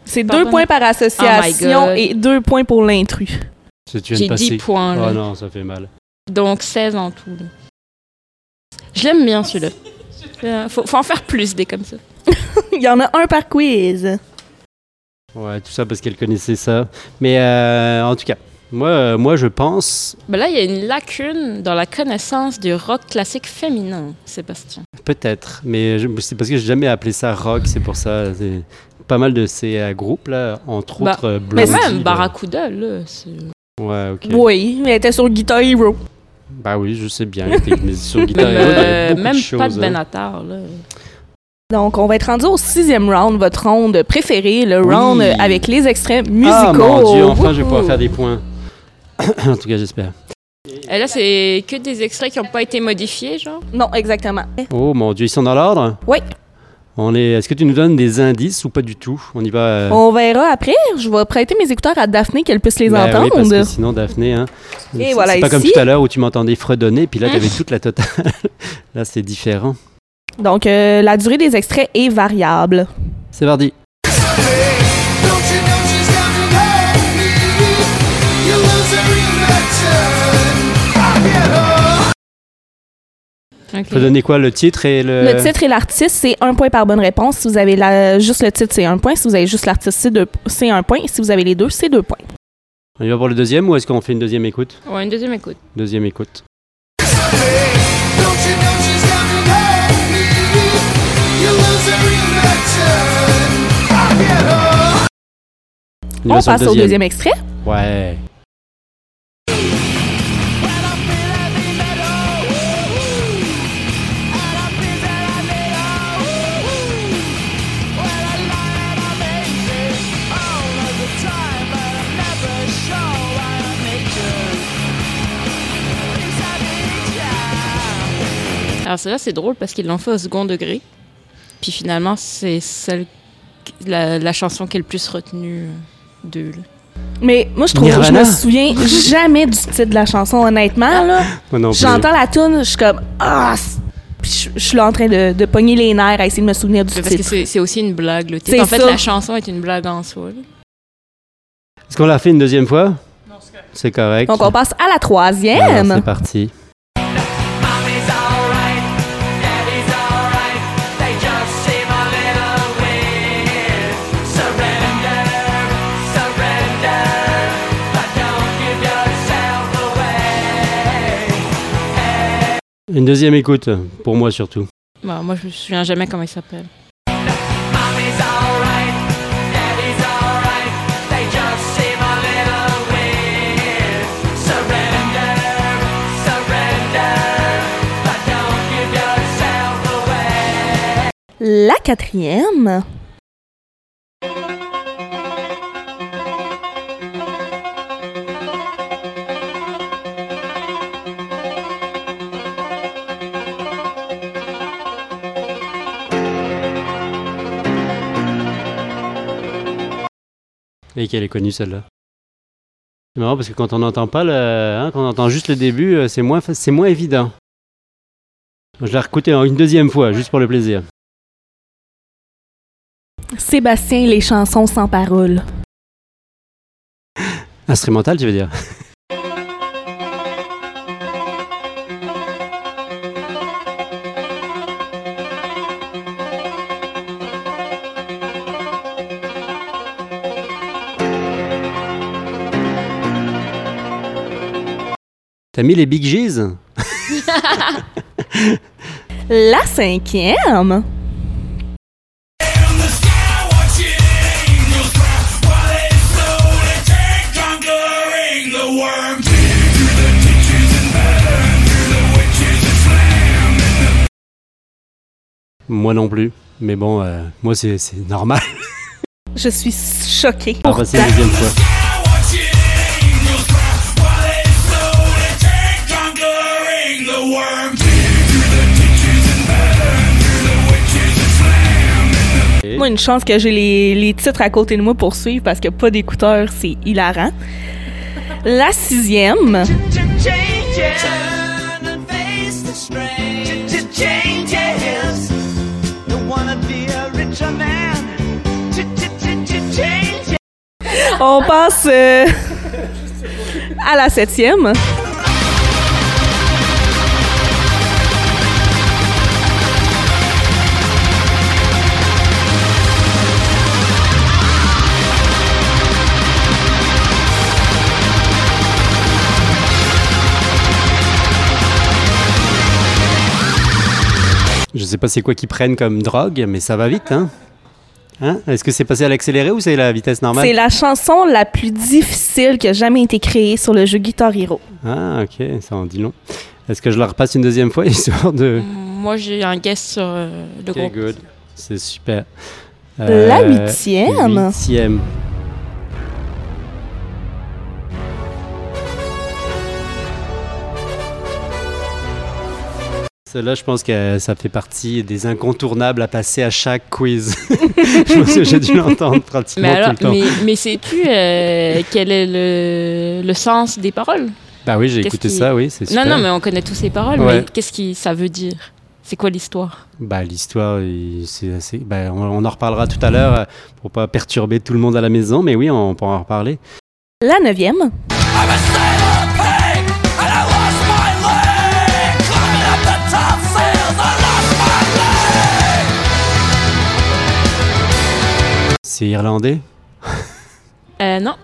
Speaker 5: C'est
Speaker 2: Pardon?
Speaker 5: deux points par association
Speaker 2: Oh my God.
Speaker 5: et deux points pour l'intrus. (laughs)
Speaker 3: C'est- Tu viens de
Speaker 2: J'ai
Speaker 3: passer.
Speaker 2: dix points, là.
Speaker 3: Oh non, ça fait mal.
Speaker 2: Donc 16 en tout. là. Je l'aime bien, celui-là. Euh, Faut, faut en faire plus, des comme ça.
Speaker 5: Il y en a un par quiz.
Speaker 3: Ouais, tout ça parce qu'elle connaissait ça. Mais euh, en tout cas, moi, euh, moi je pense,
Speaker 2: Ben là, il y a une lacune dans la connaissance du rock classique féminin, Sébastien.
Speaker 3: peut-être, mais je- c'est parce que j'ai jamais appelé ça rock, c'est pour ça. c'est Pas mal de ces euh, groupes, là, entre
Speaker 2: Bah,
Speaker 3: autres euh,
Speaker 2: Mais
Speaker 3: Blondie.
Speaker 2: même
Speaker 3: là.
Speaker 2: Barracuda, là, c'est...
Speaker 3: Ouais, ok.
Speaker 5: Oui, mais elle était sur Guitar Hero.
Speaker 3: Bah oui, je sais bien. t'es- mais sur guitare,
Speaker 2: Même,
Speaker 3: Hero, il y avait
Speaker 2: euh,
Speaker 3: beaucoup
Speaker 2: même
Speaker 3: choses,
Speaker 2: pas de
Speaker 3: hein.
Speaker 2: Benatar, là.
Speaker 5: Donc, on va être rendu au sixième round, votre round préféré, le
Speaker 3: Oui.
Speaker 5: round avec les extraits musicaux.
Speaker 3: Ah mon dieu, enfin je vais
Speaker 5: Wouhou.
Speaker 3: pouvoir faire des points. (coughs) en tout cas, j'espère.
Speaker 2: Et là, c'est que des extraits qui n'ont pas été modifiés, genre.
Speaker 5: Non, exactement.
Speaker 3: Oh mon dieu, ils sont dans l'ordre
Speaker 5: Oui.
Speaker 3: On est. Est-ce que tu nous donnes des indices ou pas du tout On y va. euh,
Speaker 5: On verra après. Je vais prêter mes écouteurs à Daphné qu'elle puisse les
Speaker 3: bah oui,
Speaker 5: entendre.
Speaker 3: parce que sinon, Daphné, hein,
Speaker 5: Et
Speaker 3: c'est
Speaker 5: voilà,
Speaker 3: c'est pas comme
Speaker 5: ici.
Speaker 3: tout à l'heure où tu m'entendais fredonner, puis là,
Speaker 5: (laughs)
Speaker 3: tu avais toute la totale. (laughs) là, c'est différent.
Speaker 5: Donc, euh, la durée des extraits est variable.
Speaker 3: C'est mardi.
Speaker 2: Ok.
Speaker 3: Faut donner quoi Le titre et le.
Speaker 5: Le titre et l'artiste, c'est un point par bonne réponse. Si vous avez la- juste le titre, c'est un point. Si vous avez juste l'artiste, c'est deux- c'est un point. Et si vous avez les deux, c'est deux points.
Speaker 3: On y va pour le deuxième ou est-ce qu'on fait une deuxième écoute
Speaker 2: Ouais, une deuxième écoute.
Speaker 3: Deuxième écoute. y va
Speaker 5: On
Speaker 3: sur le
Speaker 5: passe au deuxième extrait.
Speaker 3: Ouais.
Speaker 2: Alors celle-là, c'est drôle parce qu'ils l'ont fait au second degré. Puis finalement, c'est celle, la, la chanson qui est le plus retenue euh, d'eux. là.
Speaker 5: Mais moi, je trouve, je
Speaker 3: Nirvana. (laughs)
Speaker 5: me souviens jamais du titre de la chanson, honnêtement. Là.
Speaker 3: Moi non plus.
Speaker 5: J'entends la tune, je suis comme ah. c'est- Puis Je je suis là en train de, de pogner les nerfs à essayer de me souvenir du
Speaker 2: Parce que
Speaker 5: titre.
Speaker 2: c'est c'est aussi une blague. Le titre.
Speaker 5: C'est
Speaker 2: En fait,
Speaker 5: ça.
Speaker 2: la chanson est une blague en soi. là.
Speaker 3: Est-ce qu'on l'a fait une deuxième fois Non, c'est correct.
Speaker 5: Donc on passe à la troisième.
Speaker 3: Alors, C'est parti. Une deuxième écoute, pour moi surtout.
Speaker 2: Bah, moi, je me souviens jamais comment il s'appelle.
Speaker 5: La quatrième.
Speaker 3: Et qu'elle est connue celle-là. C'est marrant parce que quand on n'entend pas le. hein, quand on entend juste le début, euh, c'est moins, fa- c'est moins évident. Je l'ai recouté une deuxième fois, juste pour le plaisir.
Speaker 5: Sébastien et les chansons sans parole.
Speaker 3: Instrumental, tu veux dire T'as mis les Big G's
Speaker 5: La cinquième.
Speaker 3: Moi non plus. Mais bon, euh, moi, c'est c'est normal. (laughs)
Speaker 5: Je suis choquée.
Speaker 3: On va passer une deuxième fois.
Speaker 5: Moi, une chance que j'ai les, les titres à côté de moi pour suivre parce que pas d'écouteurs, c'est hilarant. La sixième,
Speaker 1: Turn and face the strange.
Speaker 5: on passe euh, à la septième.
Speaker 3: Je sais pas c'est quoi qu'ils prennent comme drogue, mais ça va vite, hein? Hein? Est-ce que c'est passé à l'accéléré ou c'est la vitesse normale?
Speaker 5: C'est la chanson la plus difficile qui a jamais été créée sur le jeu Guitar Hero.
Speaker 3: Ah, ok, ça en dit long. Est-ce que je la repasse une deuxième fois, (laughs) histoire de...
Speaker 2: Moi, j'ai un guess sur euh, le
Speaker 3: Ok,
Speaker 2: groupe.
Speaker 3: good. C'est super. Euh,
Speaker 5: La huitième.
Speaker 3: Huitième. Celle-là, je pense que ça fait partie des incontournables à passer à chaque quiz. (laughs) je pense que j'ai dû l'entendre pratiquement
Speaker 2: Mais alors,
Speaker 3: tout le temps.
Speaker 2: mais, mais sais-tu euh, quel est le, le sens des paroles
Speaker 3: Bah oui, j'ai
Speaker 2: qu'est-ce
Speaker 3: écouté
Speaker 2: qui-
Speaker 3: ça, oui, c'est super.
Speaker 2: Non, non, mais on connaît tous ces paroles,
Speaker 3: Ouais.
Speaker 2: mais qu'est-ce que ça veut dire C'est quoi l'histoire
Speaker 3: Bah l'histoire, il- c'est assez. Bah, on, on en reparlera tout à l'heure euh, pour pas perturber tout le monde à la maison, mais oui, on pourra en reparler.
Speaker 5: La neuvième,
Speaker 3: C'est irlandais
Speaker 2: euh, Non,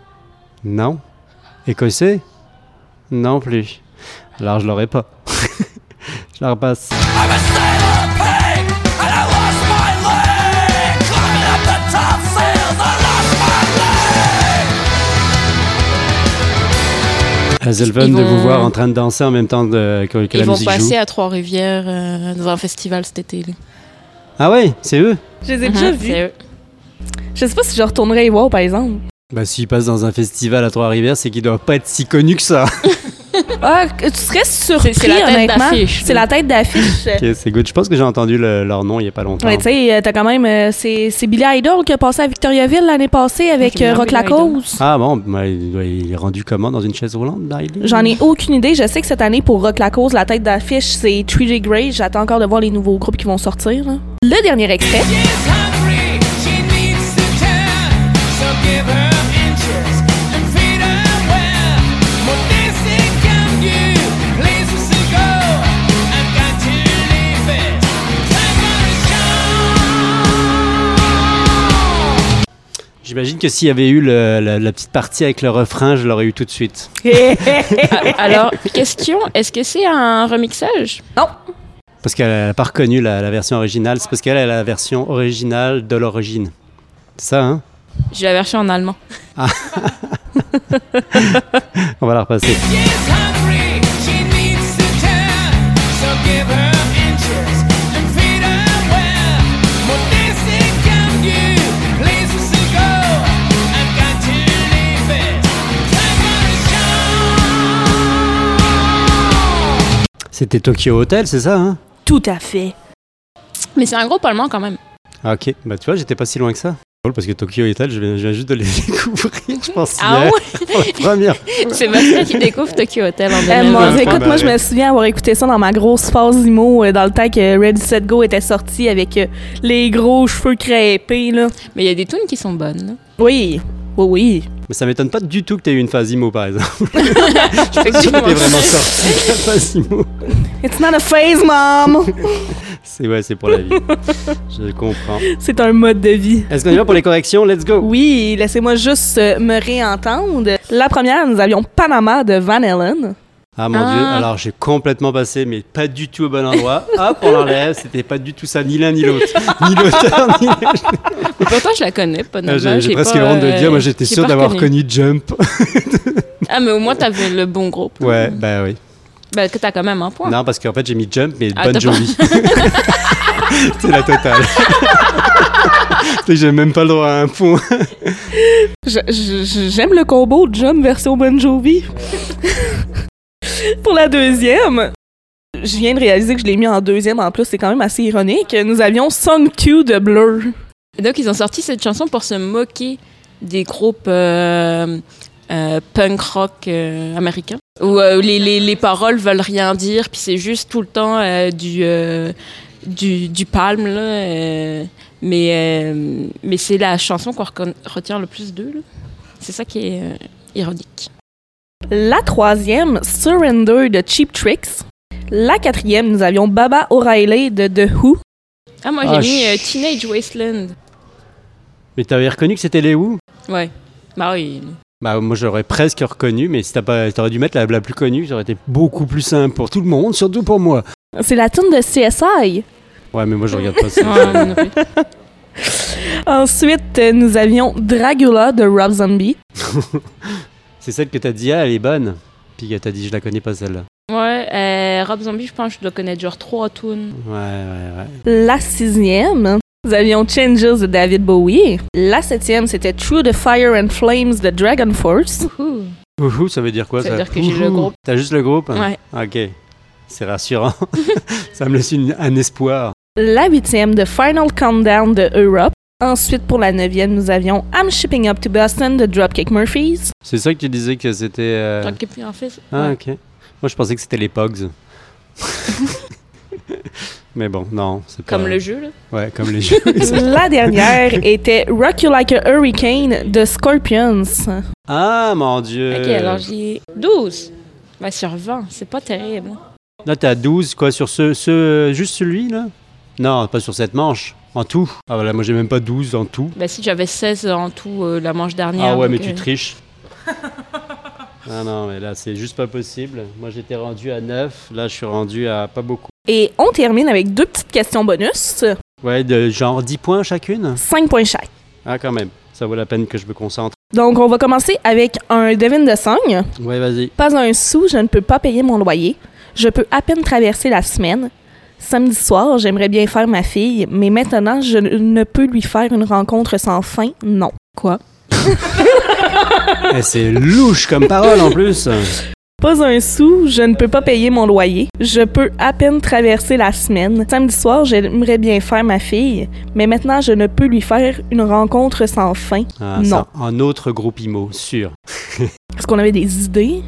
Speaker 3: Non. Écossais Non plus. Alors je l'aurai pas. (laughs) je la repasse. Hazelven
Speaker 2: Ils
Speaker 3: Euh, de vous
Speaker 2: vont-
Speaker 3: voir en train de danser en même temps de- que, que la
Speaker 2: ils vont
Speaker 3: musique joue.
Speaker 2: passer à Trois-Rivières euh, dans un festival cet été. là.
Speaker 3: Ah ouais, c'est eux
Speaker 5: je les ai déjà
Speaker 2: Mhm,
Speaker 5: vues.
Speaker 2: c'est eux.
Speaker 5: Je sais pas si je retournerai y voir, par exemple.
Speaker 3: Bah s'ils passent dans un festival à Trois-Rivières, c'est qu'ils doivent pas être si connus que ça.
Speaker 5: Ah, que- tu serais surpris,
Speaker 2: c'est la tête
Speaker 5: honnêtement.
Speaker 2: d'affiche,
Speaker 5: C'est la tête d'affiche. euh,
Speaker 3: ok, c'est good. Je pense que j'ai entendu le- leur nom il y a pas longtemps.
Speaker 5: Ouais, tu sais, euh, t'as quand même. euh, c'est c'est Billy Idol qui a passé à Victoriaville l'année passée avec
Speaker 2: Ok,
Speaker 5: euh,
Speaker 2: non,
Speaker 5: Rock
Speaker 2: Billy
Speaker 5: La
Speaker 2: Idol.
Speaker 5: Cause.
Speaker 3: Ah bon, bah, il doit- il est rendu comment dans une chaise roulante, Daily
Speaker 5: J'en ai aucune idée. Je sais que cette année, pour Rock La Cause, la tête d'affiche, c'est 3D Grey. J'attends encore de voir les nouveaux groupes qui vont sortir. là. Le dernier extrait.
Speaker 3: J'imagine que s'il y avait eu le- la, la petite partie avec le refrain, je l'aurais eu tout de suite.
Speaker 2: Ah, Alors, question, est-ce que c'est un remixage
Speaker 3: Parce qu'elle n'a pas reconnu la, la version originale. C'est parce qu'elle a la version originale de l'origine. C'est ça, hein
Speaker 2: J'ai la version en allemand.
Speaker 3: On va la repasser. C'était Tokyo Hotel, c'est ça, hein
Speaker 5: Tout à fait.
Speaker 2: Mais c'est un groupe allemand quand même.
Speaker 3: Ah, ok. Bah, tu vois, j'étais pas si loin que ça. Drôle, parce que Tokyo Hotel, je viens, je viens juste de les (laughs) découvrir, je pense.
Speaker 2: Ah
Speaker 3: hier, pour la première.
Speaker 2: ouais Sébastien qui découvre Tokyo Hotel en
Speaker 5: Eh, mon
Speaker 2: 2020.
Speaker 5: Dieu,
Speaker 3: Ouais,
Speaker 5: écoute,
Speaker 3: bah
Speaker 5: moi, je
Speaker 3: ouais.
Speaker 5: me souviens avoir écouté ça dans ma grosse phase IMO euh, dans le temps que Ready Set Go était sorti avec euh, les gros cheveux crêpés, là.
Speaker 2: Mais il y a des tunes qui sont bonnes.
Speaker 5: Oui, oui, oui.
Speaker 3: Mais ça m'étonne pas du tout que tu aies eu une phase IMO, par
Speaker 5: (laughs)
Speaker 3: exemple. (laughs) J'étais vraiment sorti de la phase IMO.
Speaker 5: It's not a phase, mom! (laughs)
Speaker 3: C'est ouais, c'est pour la (laughs) vie. je comprends.
Speaker 5: C'est un mode de vie.
Speaker 3: Est-ce qu'on y va pour les corrections Let's go
Speaker 5: Oui, laissez-moi juste euh, me réentendre. La première, nous avions Panama de Van Halen.
Speaker 3: Ah mon
Speaker 2: Ah.
Speaker 3: dieu, alors j'ai complètement passé, mais pas du tout au bon (laughs) endroit. Hop, on l'enlève, c'était pas du tout ça, ni l'un ni l'autre. Ni l'auteur, ni l'autre.
Speaker 2: Mais pourtant, je la connais, pas
Speaker 3: Ah,
Speaker 2: normal,
Speaker 3: bah, J'ai j'ai
Speaker 2: j'ai
Speaker 3: presque
Speaker 2: pas,
Speaker 3: honte de
Speaker 2: euh,
Speaker 3: dire, moi j'étais
Speaker 2: j'ai
Speaker 3: sûr
Speaker 2: pas
Speaker 3: d'avoir
Speaker 2: reconnu.
Speaker 3: connu Jump.
Speaker 2: Ah, mais au moins, t'avais le bon groupe.
Speaker 3: (laughs) Ouais, bah oui.
Speaker 2: Bah, que t'as quand même un point. (laughs)
Speaker 3: Non, parce qu'en fait j'ai mis Jump, mais
Speaker 2: Ah,
Speaker 3: Bonne
Speaker 2: t'as pas- (laughs)
Speaker 3: Jovi. C'est la totale. (laughs) T'sais, J'ai même pas le droit à un point.
Speaker 5: Je- je- je- J'aime le combo John version Bon Jovi. (laughs) Pour la deuxième, je viens de réaliser que je l'ai mis en deuxième en plus, c'est quand même assez ironique. Nous avions Song Q de Blur.
Speaker 2: Et donc, ils ont sorti cette chanson pour se moquer des groupes euh, euh, punk rock euh, américains, où euh, les, les, les paroles veulent rien dire, puis c'est juste tout le temps euh, du, euh, du, du palme, là. euh, mais euh, mais c'est la chanson qu'on recon- retient le plus d'eux, là. C'est ça qui est euh, ironique.
Speaker 5: La troisième, Surrender de Cheap Tricks. La quatrième, nous avions Baba O'Reilly de The Who.
Speaker 2: Ah, moi,
Speaker 3: Ah,
Speaker 2: j'ai mis
Speaker 3: ch-
Speaker 2: euh, Teenage Wasteland.
Speaker 3: Mais t'avais reconnu que c'était les Who
Speaker 2: Ouais. Bah oui.
Speaker 3: Bah moi j'aurais presque reconnu, mais si t'as pas, t'aurais dû mettre la, la plus connue, ça aurait été beaucoup plus simple pour tout le monde, surtout pour moi.
Speaker 5: C'est la tune de CSI.
Speaker 3: Ouais, mais moi je regarde pas
Speaker 2: Ouais, moi (laughs)
Speaker 3: ça.
Speaker 2: non plus.
Speaker 5: Ensuite, euh, nous avions Dragula de Rob Zombie.
Speaker 3: C'est celle que t'as dit, ah elle est bonne. Puis que t'as dit, je la connais pas celle-là.
Speaker 2: Ouais, euh, Rob Zombie, je pense que je dois connaître genre trois tunes.
Speaker 3: Ouais, ouais, ouais.
Speaker 5: La sixième, nous avions Changes de David Bowie. La septième, c'était Through the Fire and Flames de Dragon Force.
Speaker 2: Ouh.
Speaker 3: Ouhou, ça veut dire quoi ça
Speaker 2: Ça veut dire que j'ai le
Speaker 3: Ouhou.
Speaker 2: groupe.
Speaker 3: T'as juste le groupe
Speaker 2: Ouais.
Speaker 3: Ok. C'est rassurant. (laughs) ça me laisse une- un espoir.
Speaker 5: La huitième, The Final Countdown de Europe. Ensuite, pour la neuvième, nous avions I'm Shipping Up to Boston de Dropkick Murphys.
Speaker 3: C'est ça que tu disais que c'était. euh,
Speaker 2: Tant que puis en fait.
Speaker 3: Ah, ok. Moi, je pensais que c'était
Speaker 2: (laughs)
Speaker 3: les Pogs. Mais bon, non, c'est pas.
Speaker 2: Comme le jeu, là.
Speaker 3: Ouais, comme
Speaker 2: (laughs)
Speaker 3: les jeux.
Speaker 5: La dernière était Rock You Like a Hurricane de Scorpions.
Speaker 3: ah, mon Dieu.
Speaker 2: Ok, alors j'ai 12. Bah, sur 20, c'est pas terrible.
Speaker 3: Là, t'es à 12, quoi, sur ce, ce euh, juste celui, là Non, pas sur cette manche, en tout. Ah, voilà, moi, j'ai même pas 12 en tout.
Speaker 2: Bah, si j'avais 16 en tout euh, la manche dernière.
Speaker 3: Ah ouais, mais
Speaker 2: donc,
Speaker 3: tu
Speaker 2: euh,
Speaker 3: triches. (laughs) ah non, mais là, c'est juste pas possible. Moi, j'étais rendu à 9, là, je suis rendu à pas beaucoup.
Speaker 5: Et on termine avec deux petites questions bonus.
Speaker 3: Ouais, de genre 10 points chacune
Speaker 5: Cinq points chaque.
Speaker 3: Ah, quand même, ça vaut la peine que je me concentre.
Speaker 5: Donc, on va commencer avec un devine de sang.
Speaker 3: Ouais, vas-y.
Speaker 5: Pas un sou, je ne peux pas payer mon loyer. Je peux à peine traverser la semaine. Samedi soir, j'aimerais bien faire ma fille, mais maintenant, je ne peux lui faire une rencontre sans fin, non. Quoi?
Speaker 3: Eh, c'est louche comme parole, en plus
Speaker 5: Pas un sou, je ne peux pas payer mon loyer. Je peux à peine traverser la semaine. Samedi soir, j'aimerais bien faire ma fille, mais maintenant, je ne peux lui faire une rencontre sans fin.
Speaker 3: Ah, ça, un autre groupe IMO, sûr. (laughs)
Speaker 5: Est-ce qu'on avait des idées?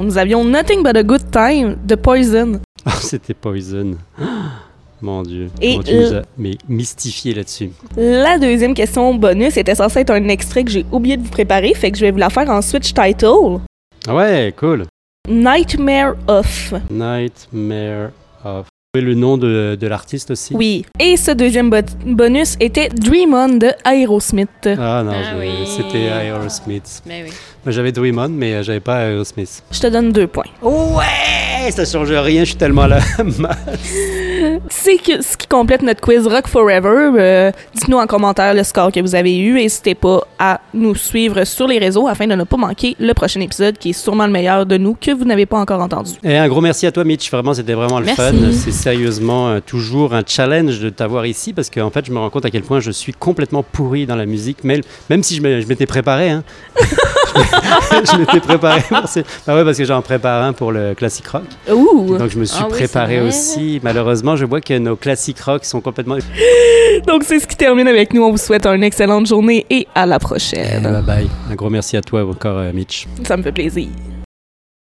Speaker 5: Nous avions Nothing But a Good Time de Poison.
Speaker 3: Ah, c'était Poison. (gasps) Ah, Mon Dieu.
Speaker 5: Et
Speaker 3: Comment tu nous
Speaker 5: euh,
Speaker 3: as mais mystifié là-dessus.
Speaker 5: La deuxième question bonus était censée être un extrait que j'ai oublié de vous préparer, fait que je vais vous la faire en switch title.
Speaker 3: Ah ouais, cool.
Speaker 5: Nightmare of.
Speaker 3: Nightmare of. Et le nom de, de l'artiste aussi
Speaker 5: Oui. Et ce deuxième bo- bonus était Dream On de Aerosmith.
Speaker 3: Ah non,
Speaker 2: Ah
Speaker 3: je-
Speaker 2: oui.
Speaker 3: c'était Aerosmith.
Speaker 2: Mais oui.
Speaker 3: Moi, J'avais Dream On, mais euh, j'avais pas Aerosmith.
Speaker 5: Je te donne deux points.
Speaker 3: Ouais, ça change rien, je suis tellement (laughs) là.
Speaker 5: C'est que- ce qui complète notre quiz Rock Forever. Euh, Dites-nous en commentaire le score que vous avez eu. N'hésitez pas à nous suivre sur les réseaux afin de ne pas manquer le prochain épisode qui est sûrement le meilleur de nous que vous n'avez pas encore entendu.
Speaker 3: Et un gros merci à toi, Mitch. Vraiment, c'était vraiment le
Speaker 2: Merci.
Speaker 3: fun. C'est sérieusement euh, toujours un challenge de t'avoir ici parce qu'en fait, je me rends compte à quel point je suis complètement pourri dans la musique, même, même si je m'ai- je m'étais préparé. Hein. (laughs) je m'étais préparé. Pour ce- Bah ouais, parce que j'en prépare un pour le classique rock.
Speaker 5: Ouh!
Speaker 3: Donc, je me suis
Speaker 2: Ah oui, c'est
Speaker 3: préparé
Speaker 2: vrai.
Speaker 3: aussi. Malheureusement, je vois que nos classiques rock sont complètement.
Speaker 5: Donc c'est ce qui termine avec nous. On vous souhaite une excellente journée et à la prochaine.
Speaker 3: bye bye. Un gros merci à toi encore, euh, Mitch.
Speaker 5: Ça me fait plaisir.